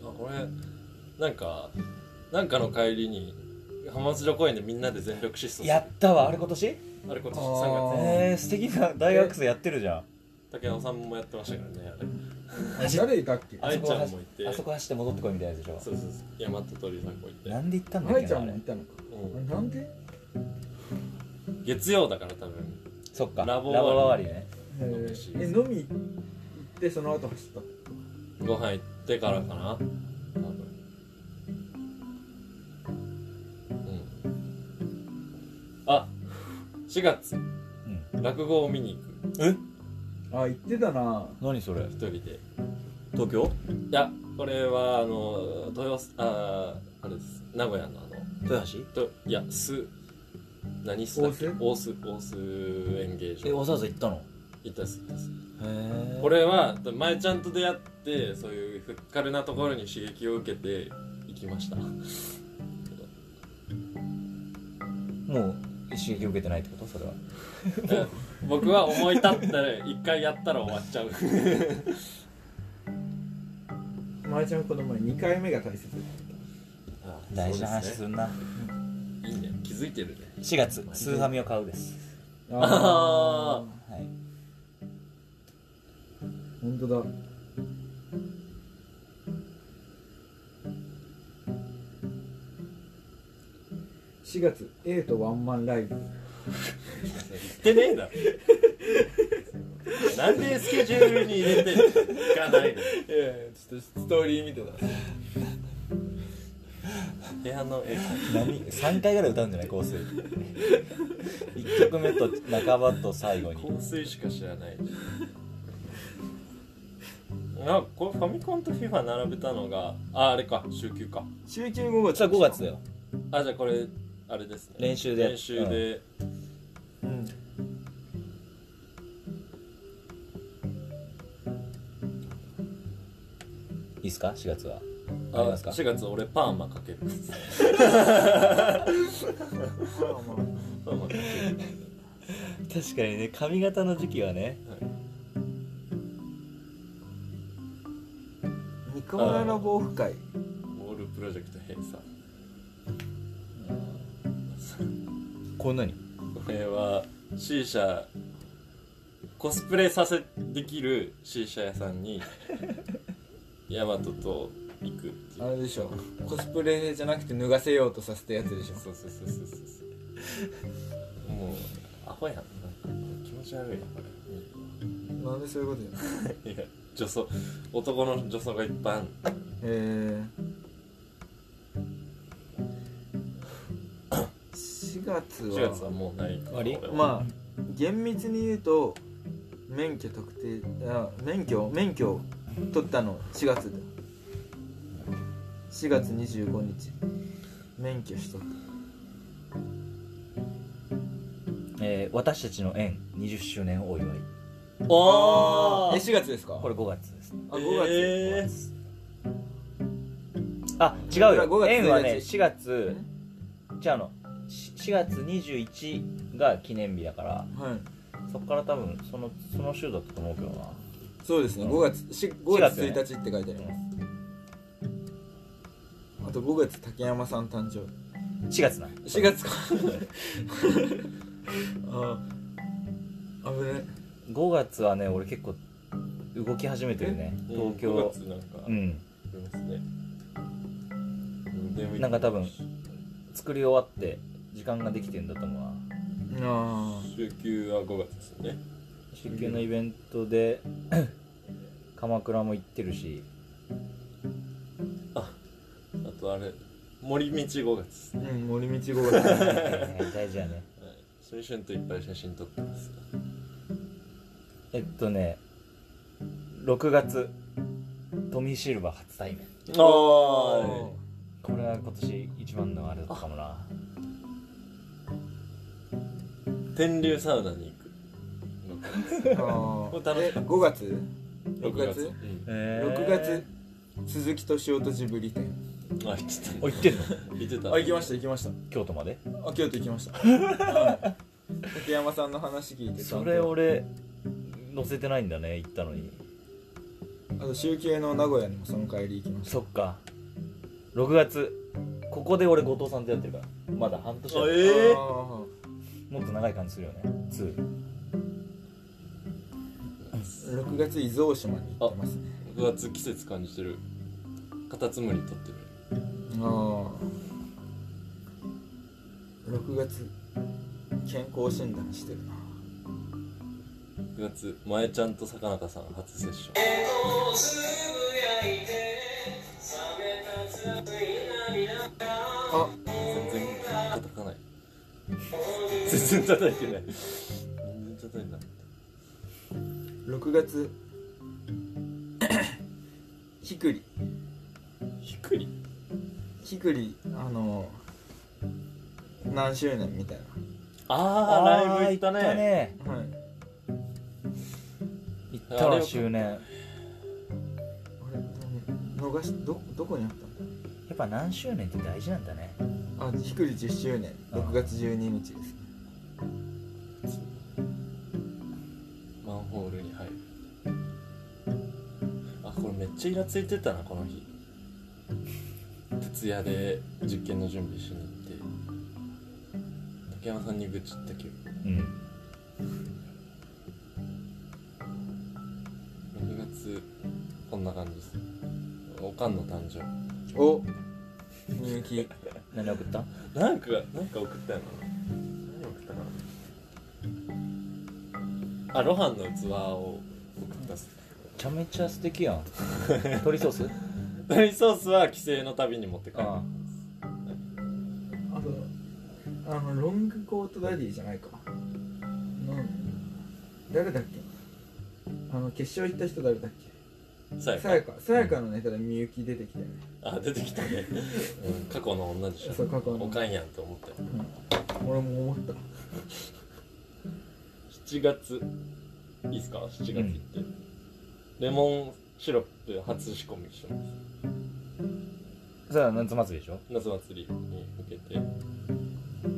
あこれなんかなんかの帰りに浜松城公園でみんなで全力疾走する
やったわあれ今年
あれこっち
あー
3月
えー、素敵な大学生やってるじゃん
竹野さんもやってましたからねあれ
誰いたっけ
愛ちゃんもいて
あそこ走って戻ってこいみたいなやつでし
そうそうそう大和鳥さんもい
ょ
て、
なんで行ったんだっ
愛
け
ちゃ
なあ
ん
れ
もいたのかあ
う
れ
ん、
なんで
月曜だから多分
そっか
ラボ終わ
ラ
り
ボ終わりね
えーえ飲み行ってその後走った
ご飯行ってからかな多分うんあ4月、落語を見に行く
あ行ってたな
何それ
一人で
東京
いやこれはあの豊洲あーあれです名古屋のあの
豊橋
といやす何すだっけ大須大須演芸
えわ
場
ざわざ行ったのへ
行ったっす行ったっす
え
これは前ちゃんと出会ってそういうふっかるなところに刺激を受けて行き ました
もう刺激を受けてないってことそれは
僕は思い立ったら一回やったら終わっちゃう
まえちゃんこの前2回目が大切
大事な話す
そうん
な、
ですねいいね気づいてるね
4月スーファミを買うです
ああ
はい
本当だ4月 A とワンマンライブ
言ってねえだろなんでスケジュールに入れてんの行かないの
いやいやちょっとストーリー見てた
部屋の絵
何3回ぐらい歌うんじゃない香水1曲目と半ばと最後に
香水しか知らない あこれファミコンと FIFA 並べたのがああれか週休か
集中後
それは5月だよ
あじゃあこれあれですね
練習で
練習で、
いいっすか4月は
あ
ありますか
4月俺パーマかけるパーマかける
確かにね髪型の時期はね
三河村の防腐会
オールプロジェクト閉鎖
こんなに
これは C 社コスプレさせできる C 社屋さん にヤマトと行くっていう
あれでしょコスプレじゃなくて脱がせようとさせたやつでしょ
そうそうそうそうそうそうもうアホやんなんか気持ち悪いなこ
なんでそういうこと言うの
れいや女装男の女装がいっぱいあんの
え
4月
4月
は
はもうない
終わり
俺は
まあ厳密に言うと免許特定あ免許免許を取ったの4月だ4月25日免許取得
えー私たちの縁20周年お祝い
お
え
ー
4月ですか
これ5月ですね
あ5月、
え
あ違う
5
よ
月
縁はね
1
4月じゃあのし4月21が記念日だから
はい
そこから多分そのその週だったと思うけどな
そうですね
うん
5月し5
月
月
ね
1日って書いてありますあと5月竹山さん誕生
4月な
4月 かああ危ね
5月はね俺結構動き始めてるね
ー
東
うん5
京
月なんかあ
う
り
ん
ますねでも
なんか多分作り終わって時間ができてんだと思うな
あ
週休は5月ですよね
出勤のイベントで 鎌倉も行ってるし
あとあれ森道5月ですね
あうん森道5月
大事やね
はいそれシュンといっぱい写真撮ってます
えっとね6月トミー・シルバー初対面
ああ
これは今年一番のあれだったかもな
天竜サウナに行く
あ
これ
あ
楽しかっ
5月
六
六
月
月
うん
6
6
月鈴木敏夫とジブリ展
あ行って
お行ってんの
た行ってた
あ行きました行きました
京都まで
あ京都行き ました、はい竹山さんの話聞いてちゃん
そ
と
れ俺載せてないんだね行ったのに
あと集計の名古屋にもその帰り行きました
そっか6月ここで俺後藤さんとやってるからまだ半年や
あ
ってる
ええ
あ
もっと長い感じするよね2
ー6月伊豆大島に行ってますね
6月季節感じてるカタツムリ撮ってる
ああ6月健康診断してるな
6月前ちゃんと坂中さん初セッション
あ
全然叩かない全然叩いてない全然叩いてない
6月 ひくり
ひっくり
ひくりあの何周年みたい
ああライブ行ったね
なはい
行ったわ周年や
あれ逃しどどこにあったんだ
っぱ何周年って大事なんだね
あひくり10周年6月12日です
マンホールに入るあこれめっちゃイラついてたなこの日徹夜で実験の準備しに行って竹山さんに愚痴ったけど
うん
6月こんな感じですおかんの誕生
お人気
何送った
なんかなんか送ったよな何送ったかなあロハンの器を送ったっす
めちゃめちゃ素敵や ん鶏ソース
鶏ソースは帰省の旅に持って帰る
あ
あとあのロングコートダディじゃないかの誰だっけあの決勝行った人誰だっ
さ
け
や
さ
か
やかさやかのネタでみゆき出てきたよね
あ出てきたね、うん、過去の女でしょ
そう過去の
おかんやんと思ったよ
俺も思った
7月いいっすか7月行って、レモンシロップ初仕込みします
あそれは夏祭りでしょ
夏祭りに向けて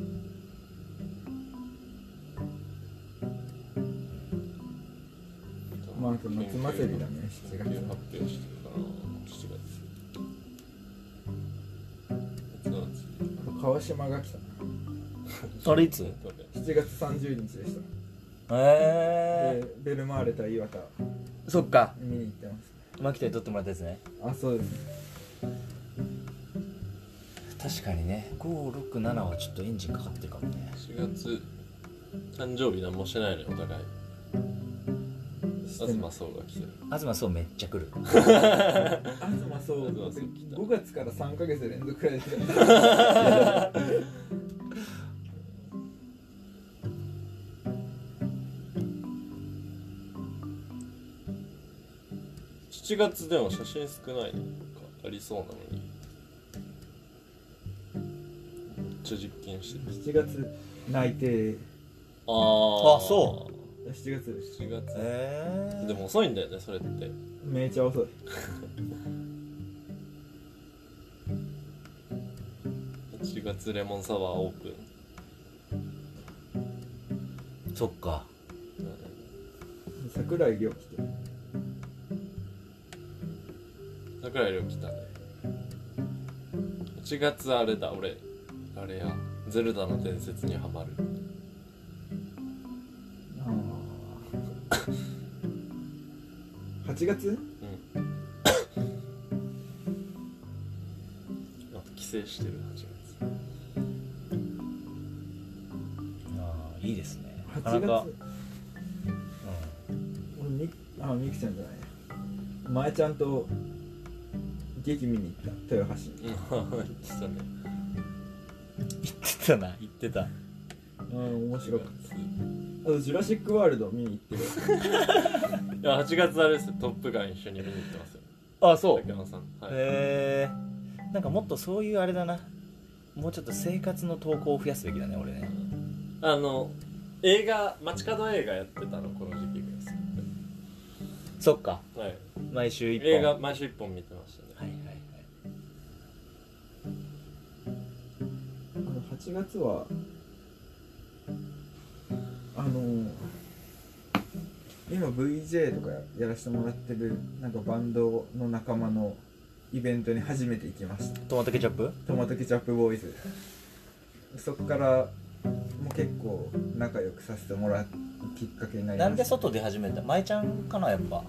まああと夏祭りだね7
研
月
究発表してるから7月夏祭り
あと川島が来た
それいつ
そうだね
7月30日でし
え
た
え
でベルマーレ対岩田
ー、そっか
見に行ってます
マキタに撮ってもらったやつね
あそうですね
確かにね567はちょっとエンジンかかってるかもね
4月誕生日何もしてないのよお互い
してま
東壮が来てる
東そうめっちゃ来る
東そう
東そう来た
5月から3ヶ月連続くらいで
7月でも写真少ないのかありそうなのにめっちゃ実験してる
7月内定
あ
あそう
7月です
7月、
え
でも遅いんだよねそれって
めちゃ遅い
8月レモンサワーオープン
そっか
桜井亮来てる
桜井亮来たね8月あれだ俺あれやゼルダの伝説にハマる
8月
うんあと帰省してる8月
あーいいですねなか
8
なか
月俺みあみくちゃんじゃないや前ちゃんと劇見に行った豊橋に
うん 言ってたね
言ってたな言ってた
うん面白かっ
月
たあと「ジュラシック・ワールド」見に行ってる
いや8月あれですよトップガン一緒に見に行ってますよ
あそう
竹山さんはい、
へえなんかもっとそういうあれだなもうちょっと生活の投稿を増やすべきだね俺ね
あの映画街角映画やってたのこの時期ぐらいです
そっか
はい
毎週一本
映
は
画毎週1本見てましたね
いはいはい
あの8月はあの今 VJ とかやらせてもらってるなんかバンドの仲間のイベントに初めて行きました
トマトケチャップ
トマトケチャップボーイズそこからもう結構仲良くさせてもらうきっかけになりました
なんで外出始めた舞ちゃんかなやっぱ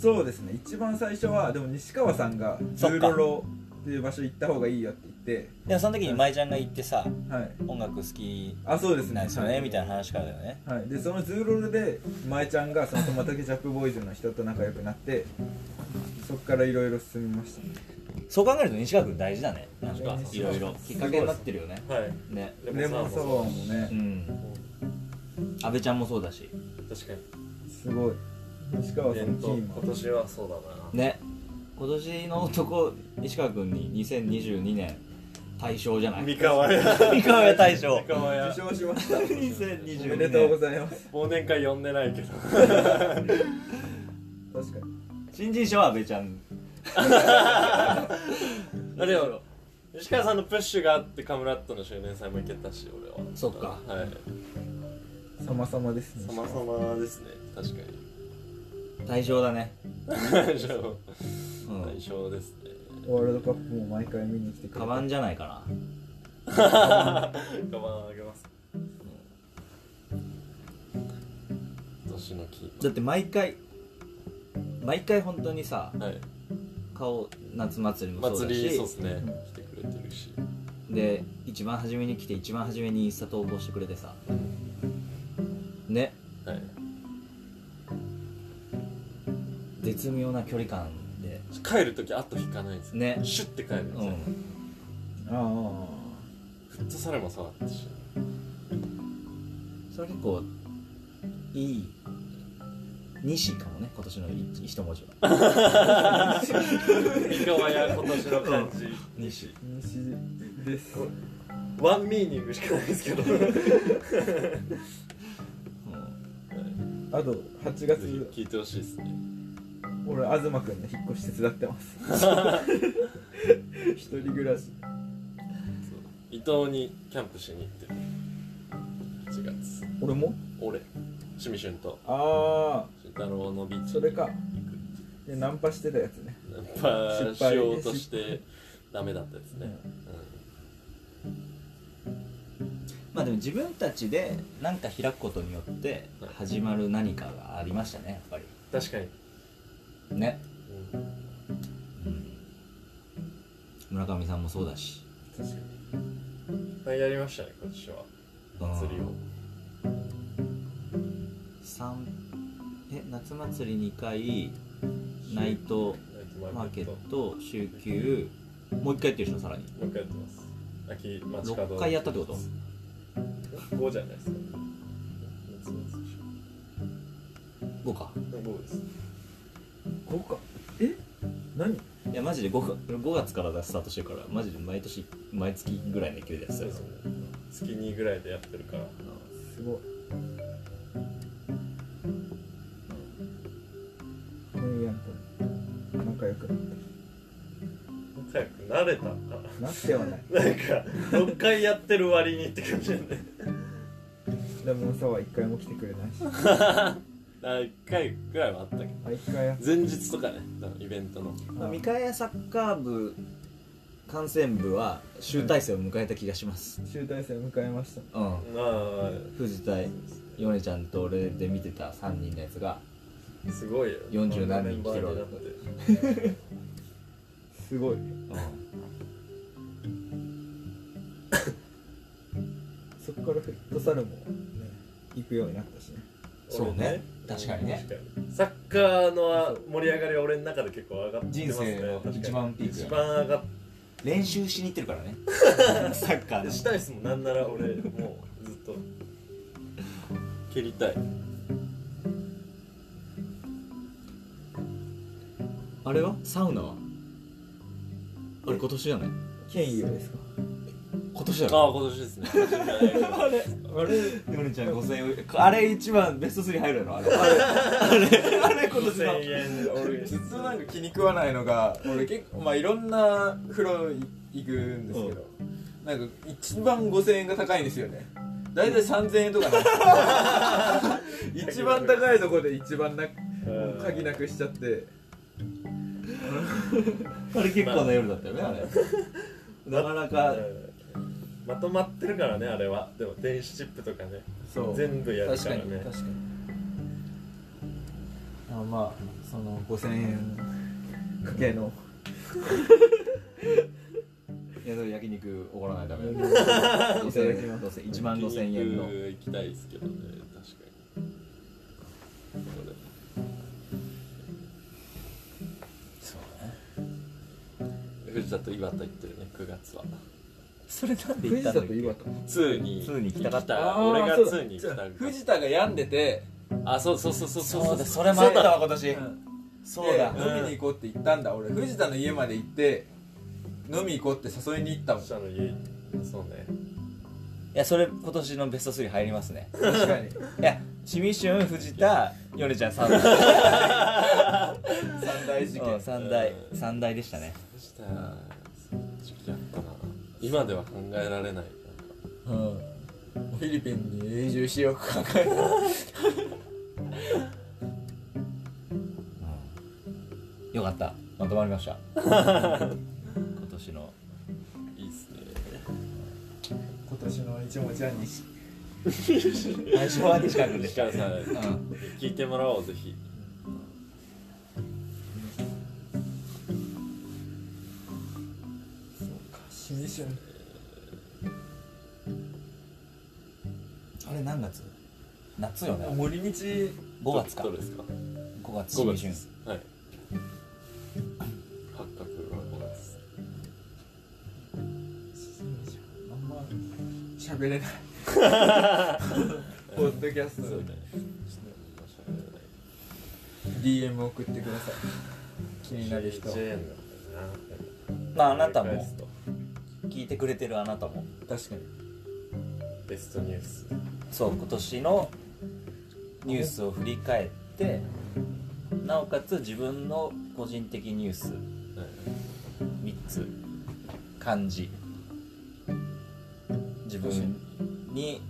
そうですね一番最初はでも西川さんが「ズ
そっか
ーロロ」っていう場所行った方がいいよって言って
でもその時に舞ちゃんが行ってさ
はい
音楽好き
あそうですね
なんですよね、
はい
みたいな話からだよね
はい、でそのズーロルでまえちゃんがそのトマタケジャップボーイズの人と仲良くなってそこからいろいろ進みました
そう考えると西川君大事だねなんか
大事
いろいろきっかけになってるよね
はい
ね
レモンサワーも
う
ね
ん阿部ちゃんもそうだし
確かに
すごい西川さ
え
んの
っ
キ
と
ーマ
今
ン
年はそうだな
ね今年の男西川君に2022年大賞じゃない
三河屋
三河屋大賞
三河屋
受賞しま したお
2022年
めでとうございます
忘年会呼んでないけ ど
確かに
新人賞は阿部ちゃん
あでも吉川さんのプッシュがあってカムラットの周年祭も行けたし俺は
そっか
はい
様々ですね
様々ですね確か
大賞だね、
にじゃあ
うん
大賞ですね
ワールドカップも毎回見に来てくれ
カ
て
バンじゃないかな
カバンあげます今年のキ
だって毎回毎回本当にさ
ーマンはい
顔夏祭りもそうだ
祭り
し
そうですね来てくれてるし
で一番初めに来て一番初めにインスタ投稿してくれてさね
はい
絶妙な距離感で
帰る時後引かないんですよ
ね
シュッて帰るんです
う
よ、
ん
ああ
フットサルもそうだ ったし
それ結構いい西かもね今年の一一文字は
三河屋今年の感じ
西
西です
ワンミーニングしかないですけど
うん
あと8
ぜ
月
ひ聞いてほしいですね
俺東君の引っ越し手伝ってます 一人暮らし
そう伊東にキャンプしに行ってる8月
俺も
俺趣味俊と
ああ
俊太郎のビーチ
それか
行く
でナンパしてたやつね
ナンパしようとしてダメだったですね、
まあでも自分たちで何か開くことによって始まる何かがありましたねやっぱり
うん確かに、
ね
うん
村上さんもそうだし
確かにいっぱいやりましたね今年は祭りを
三え夏祭り2回ナイト
ナイト
マ
マ
ー
ー
ケ
ケッ
ッ
トも
ト週休もう1回やってるでしょさらに
う一回やってます秋街角
6回やったってこと
5じゃないですか
5か
5です
豪華え何
いやマジで 5, 5月からスタートしてるからマジで毎年毎月ぐらいの勢いでやってた
そう
よ
ですね月2ぐらいでやってるから
すごいメイヤンと仲良くなっ
早く慣れたか
たなってはない
ななんか6回やってる割にって感じだよね
レモンサワー一回も来てくれないし
1回ぐらいはあったけど
あ一回や
前日とかねイベントの
まあ三河屋サッカー部観戦部は集大成を迎えた気がします
集大成迎えました
うん
ま
藤田ヨネちゃんと俺で見てた3人のやつが
あすごいよ
40何人来てるわ
メンバーになって
すごいそこからフットサルもね行くようになったしね
そうね確かにね
確かにサッカーの盛り上がりは俺の中で結構上がってますね
人生の
確かに
一番ピーク
一番上がっ
練習しに行ってるからね サッカー
て
の
したいですもんなんなら俺もうずっと蹴りたい
あれはサウナはあれ今年じゃない
ケンユーですか
今年
あ
だ
あ
ろ
今年ですねあれ
あれ
ヨネちゃん5000円あれ一番ベスト3入るやろあ れあれあれ今年の
5000円
俺ずっとなんか気に食わないのが俺結構まあいろんな風呂い行くんですけど、なんか一番5000円が高いんですよね大体3000円とかなんです よ一番高いとこで一番な
鍵なくしちゃって
あれ結構な夜だったよねあれなかなか
うん まとまってるからねあれはでも電子チップとかね
そう
全部やるからね
確かに確かに
あ
のまあその5000円かけ の
いやそれ焼肉おごらないため
い
ど
た
うせどうせ1万5000円の
行きたいですけどね確かにこれそうね藤田と岩田行ってるね9月は
それなんで行っ
藤田
たんだっ
と
け
岩田
2に
ツーに行きたかった
行
あー
俺が
そうだ
2に行きたかっ
藤田が病んでて
たあそうそうそうそう
そうだそ
れ
れもあったわ今年
そうだ飲みに行こうって言ったんだ俺藤田の家まで行って飲み行こうって誘いに行ったもん
の家そうね
いやそれ今年のベスト3入りますね
確かに
いやシミシュン藤田ヨネちゃん3代
三大事件
3代三代でしたね
藤田時期あったな今では考えられない
うんフィリピンに永住しようか考えた
よかったまとまりました 今年の
いいっすね
今年の一文字は西
最初は西川君でし
西
た
川さん
うん
聞いてもらおうぜひ
シミシュン
あれ何月夏よね
森道
5月か
どうですか
5月シ
5
ミ
月
シ
で
ュン
すはい八角は5月
あんま
喋 れないポッドキャ
そうねちょっと
スト
申し訳ない
DM 送ってください気になる人は
JN だからな
まああなた
思い
も
返すと
聞いてくれてるあなたも
確かに
ベストニュース
そう今年のニュースを振り返ってなおかつ自分の個人的ニュース3つ感じ自分に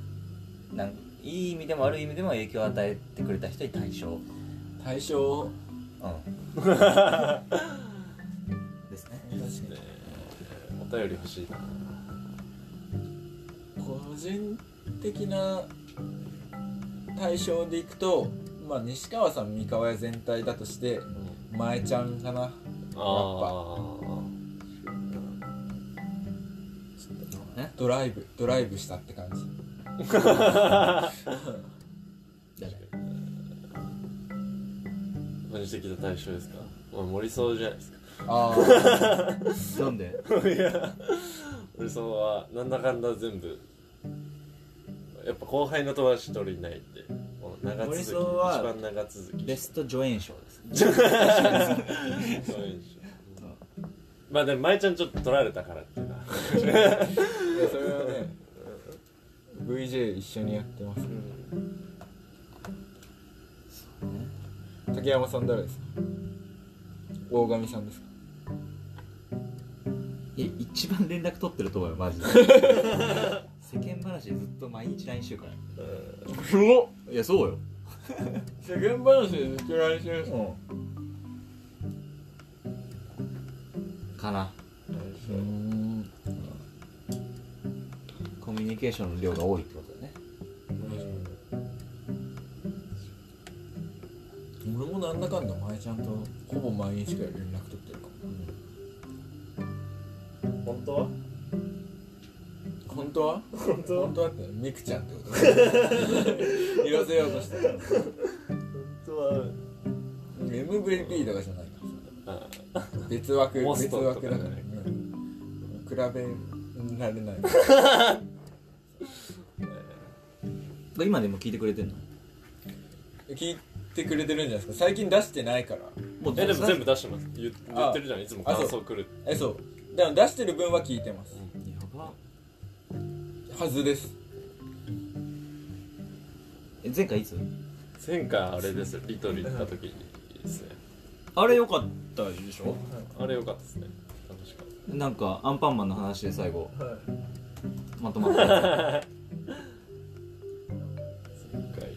なんいい意味でも悪い意味でも影響を与えてくれた人に対象、うん、
対象
ですね
ねお便り欲しいな
個人的な対象でいくと、まあ、西川さん三河屋全体だとして前ちゃんかな
あ
ドライブドライブしたって感じ
あ個人的な対象ですか俺森荘じゃないですか
ああ
なんで
森荘はなんだかんだ全部やっぱ後輩の友達取りいないんでもう長続き
森
一
荘は
番長続き
ベスト助演賞ですね
そうでしょまあでも舞ちゃんちょっと取られたからっていうな
それはね VJ 一緒にやってます竹山さん誰ですか大神さんですか
いや一番連絡取ってると思うよ マジで世間話でずっと毎日 LINE してるから
すごっ
いやそうよ
世間話でずっと来週です
かな
うん
コミュニケーションの量が多いってことだね
俺もなんだかんだ前ちゃんとほぼ毎日から連絡取ってるか
本当は
も本当は
本当
本当はってミクちゃんってこと色せようと してる
本当は
MVP とかじゃないか
あ
らさ別枠
モス
別
トと
枠
か
だから、ね、比べられない
今でも聞いてくれてんの
聞いてくれてるんじゃないですか最近出してないから
もう
えでも全部
部
出してます言言ってるじゃんいつも感想来るって
えそうでも出してる分は聞いてます
やば
はずです
え前回いつ
前回あれですよリトル行った時にですね
あれ良かったでしょ
あれ良かったですね楽しかった
なんかアンパンマンの話で最後、まとま ったや
前回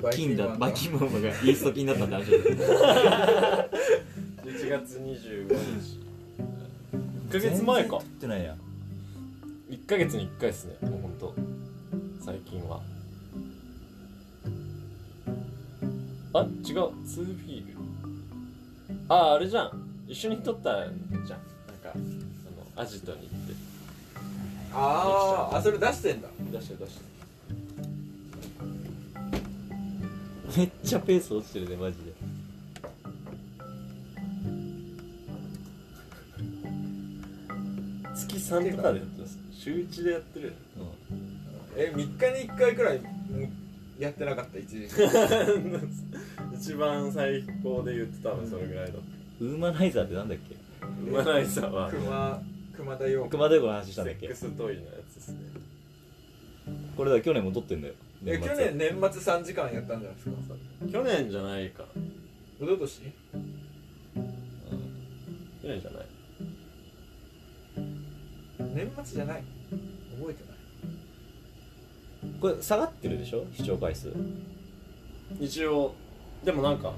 バ
つ金だバイ
ン
キンマンマがイースト菌だったって話だよね
11月25日1ヶ月前か
全然食ってないやん
1ヶ月に1回ですねもうほんと最近はあ違うツービールああれじゃん一緒に撮ったじゃんなんかあのアジトに行って
あーあそれ出してんだ
出して出してめっちゃペース落ちてるねマジで月3とかでやってます週1でやってる
え3日に1回くらいやってなかった一時期
一番最高で言ってたのそれぐらいだ
ウーマナイザーってなんだっけ
ウマナイさんは
熊熊田陽子
熊田横の話し
セ
たんだっ
ッ
け
クストイのやつですね
これだ去年も撮ってんだよ
え
年末
去年年末3時間やったんじゃないですか
去年じゃないか
おととし
去年じゃない
年末じゃない覚えてない
これ下がってるでしょ視聴回数へ
一応でもなんか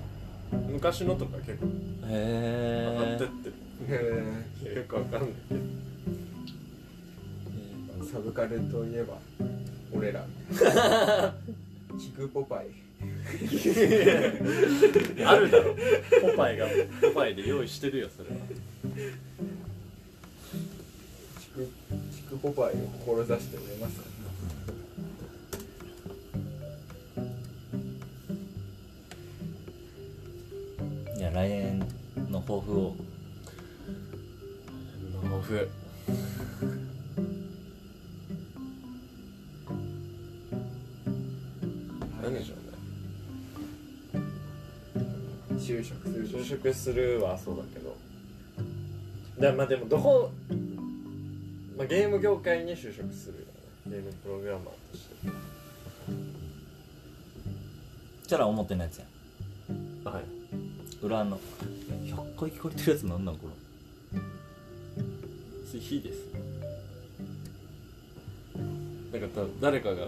昔のとか結構上がってっ
え
てる、
へ
よくわかんないけど
えサブカルといえば俺らキクポパイ
あるだろポパイがポパイで用意してるよそれは
キクキクポパイを志しております
いや来年の抱負を
オフ何でしょう
就職する
ね就職するはそうだけどだまあでもどこ、まあ、ゲーム業界に就職するよねゲームプログラマーとして
したら表のやつや
はい
裏の100回聞こえてるやつなんなんこれ
それ火ですなんか多分誰かが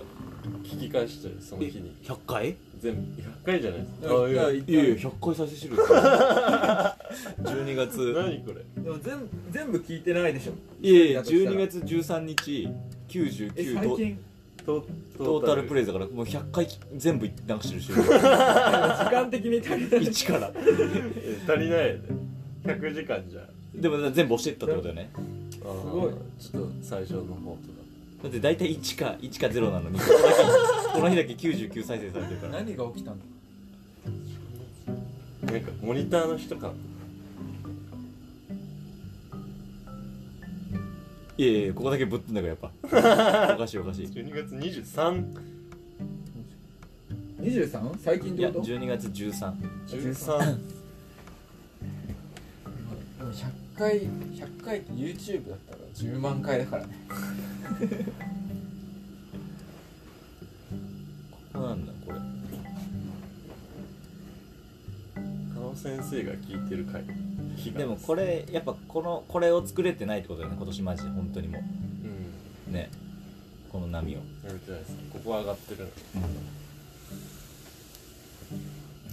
聞き返してるその日に
100回
全部100回じゃないですか
あいやいやいや100回再生してる12月
何これ
でも全全部聞いてないでしょ
いやいや12月13日99と
近
ト
トータルプレ
イ
イだからもう100回全部流してるし
時間的に足りない
一から
足りないよね100時間じゃ
でも全部押してったってことだよね
す
ごい
ちょっと最初の方と
だって大体1か1か0なのに この日だけこの日だけ99再生されてるから
何が起きたんだ
かなんかモニターの人か
いやいやここだけぶっ飛んだ からやっぱおかしいおかしいい
12月23
23? 最近
や12月13
13
でも100回100回って YouTube だったら10万回だからね
ここなんだこれ
加納先生が聞いてる回日が
でもこれやっぱこのこれを作れてないってことだよね今年マジで本当にも
うん
うねこの波を
やめてないですここ上がってるの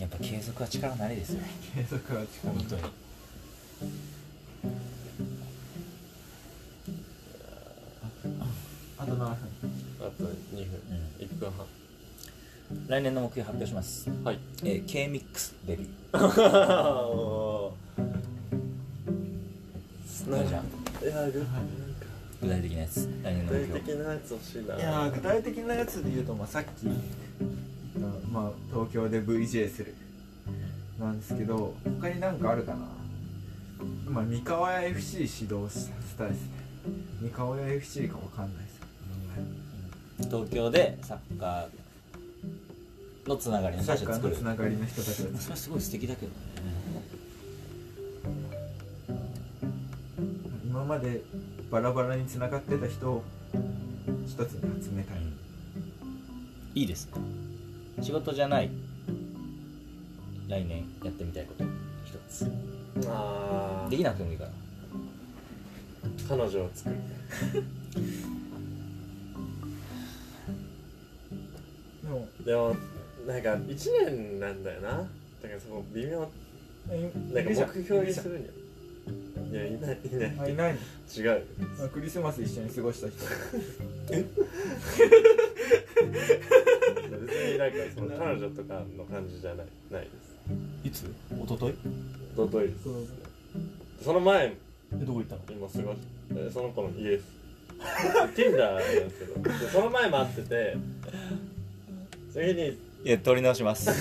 やっぱ継続は力なりですよ
継続は近
本当に
あと7分
あと2分
う
1分半
来年の目標発表します
はい
えー K-MIX デビュー
な
じゃん
いや具
具体的なやつ来年の目
体
標
的なやつ欲しいない
やー具体的
的なやつで言うと、まあ、さっき言った、まあ、東京で VJ するなんですけど他になんかあるかな今三河屋 FC 指導したいですね三河屋 FC かわかんないですけ
東京でサッカーのつながりの
どサ
人た
ッ
ち
カ
を
ーの
作る
つながりの人たちを
それはすごい素敵だけどね
今までバラバラにつながってた人を一つに集めたい
いいですね仕事じゃない来年やってみたいこと一つ
あ
できなくてもいいから
ー彼女を作る
でも
でもなんか1年なんだよなだからそこ微妙
え
なんか
いるじゃ
目標にするにはいやいないいない
あいないの
違う
あクリスマス一緒に過ごした人
別になんかその彼女彼女とかの感じじゃないないです
いつ一昨日
一昨日です、その前
えどこ行ったの
今過ごしえその子の家 です Tinder なんですけどでその前も会ってて次に
いや撮り直します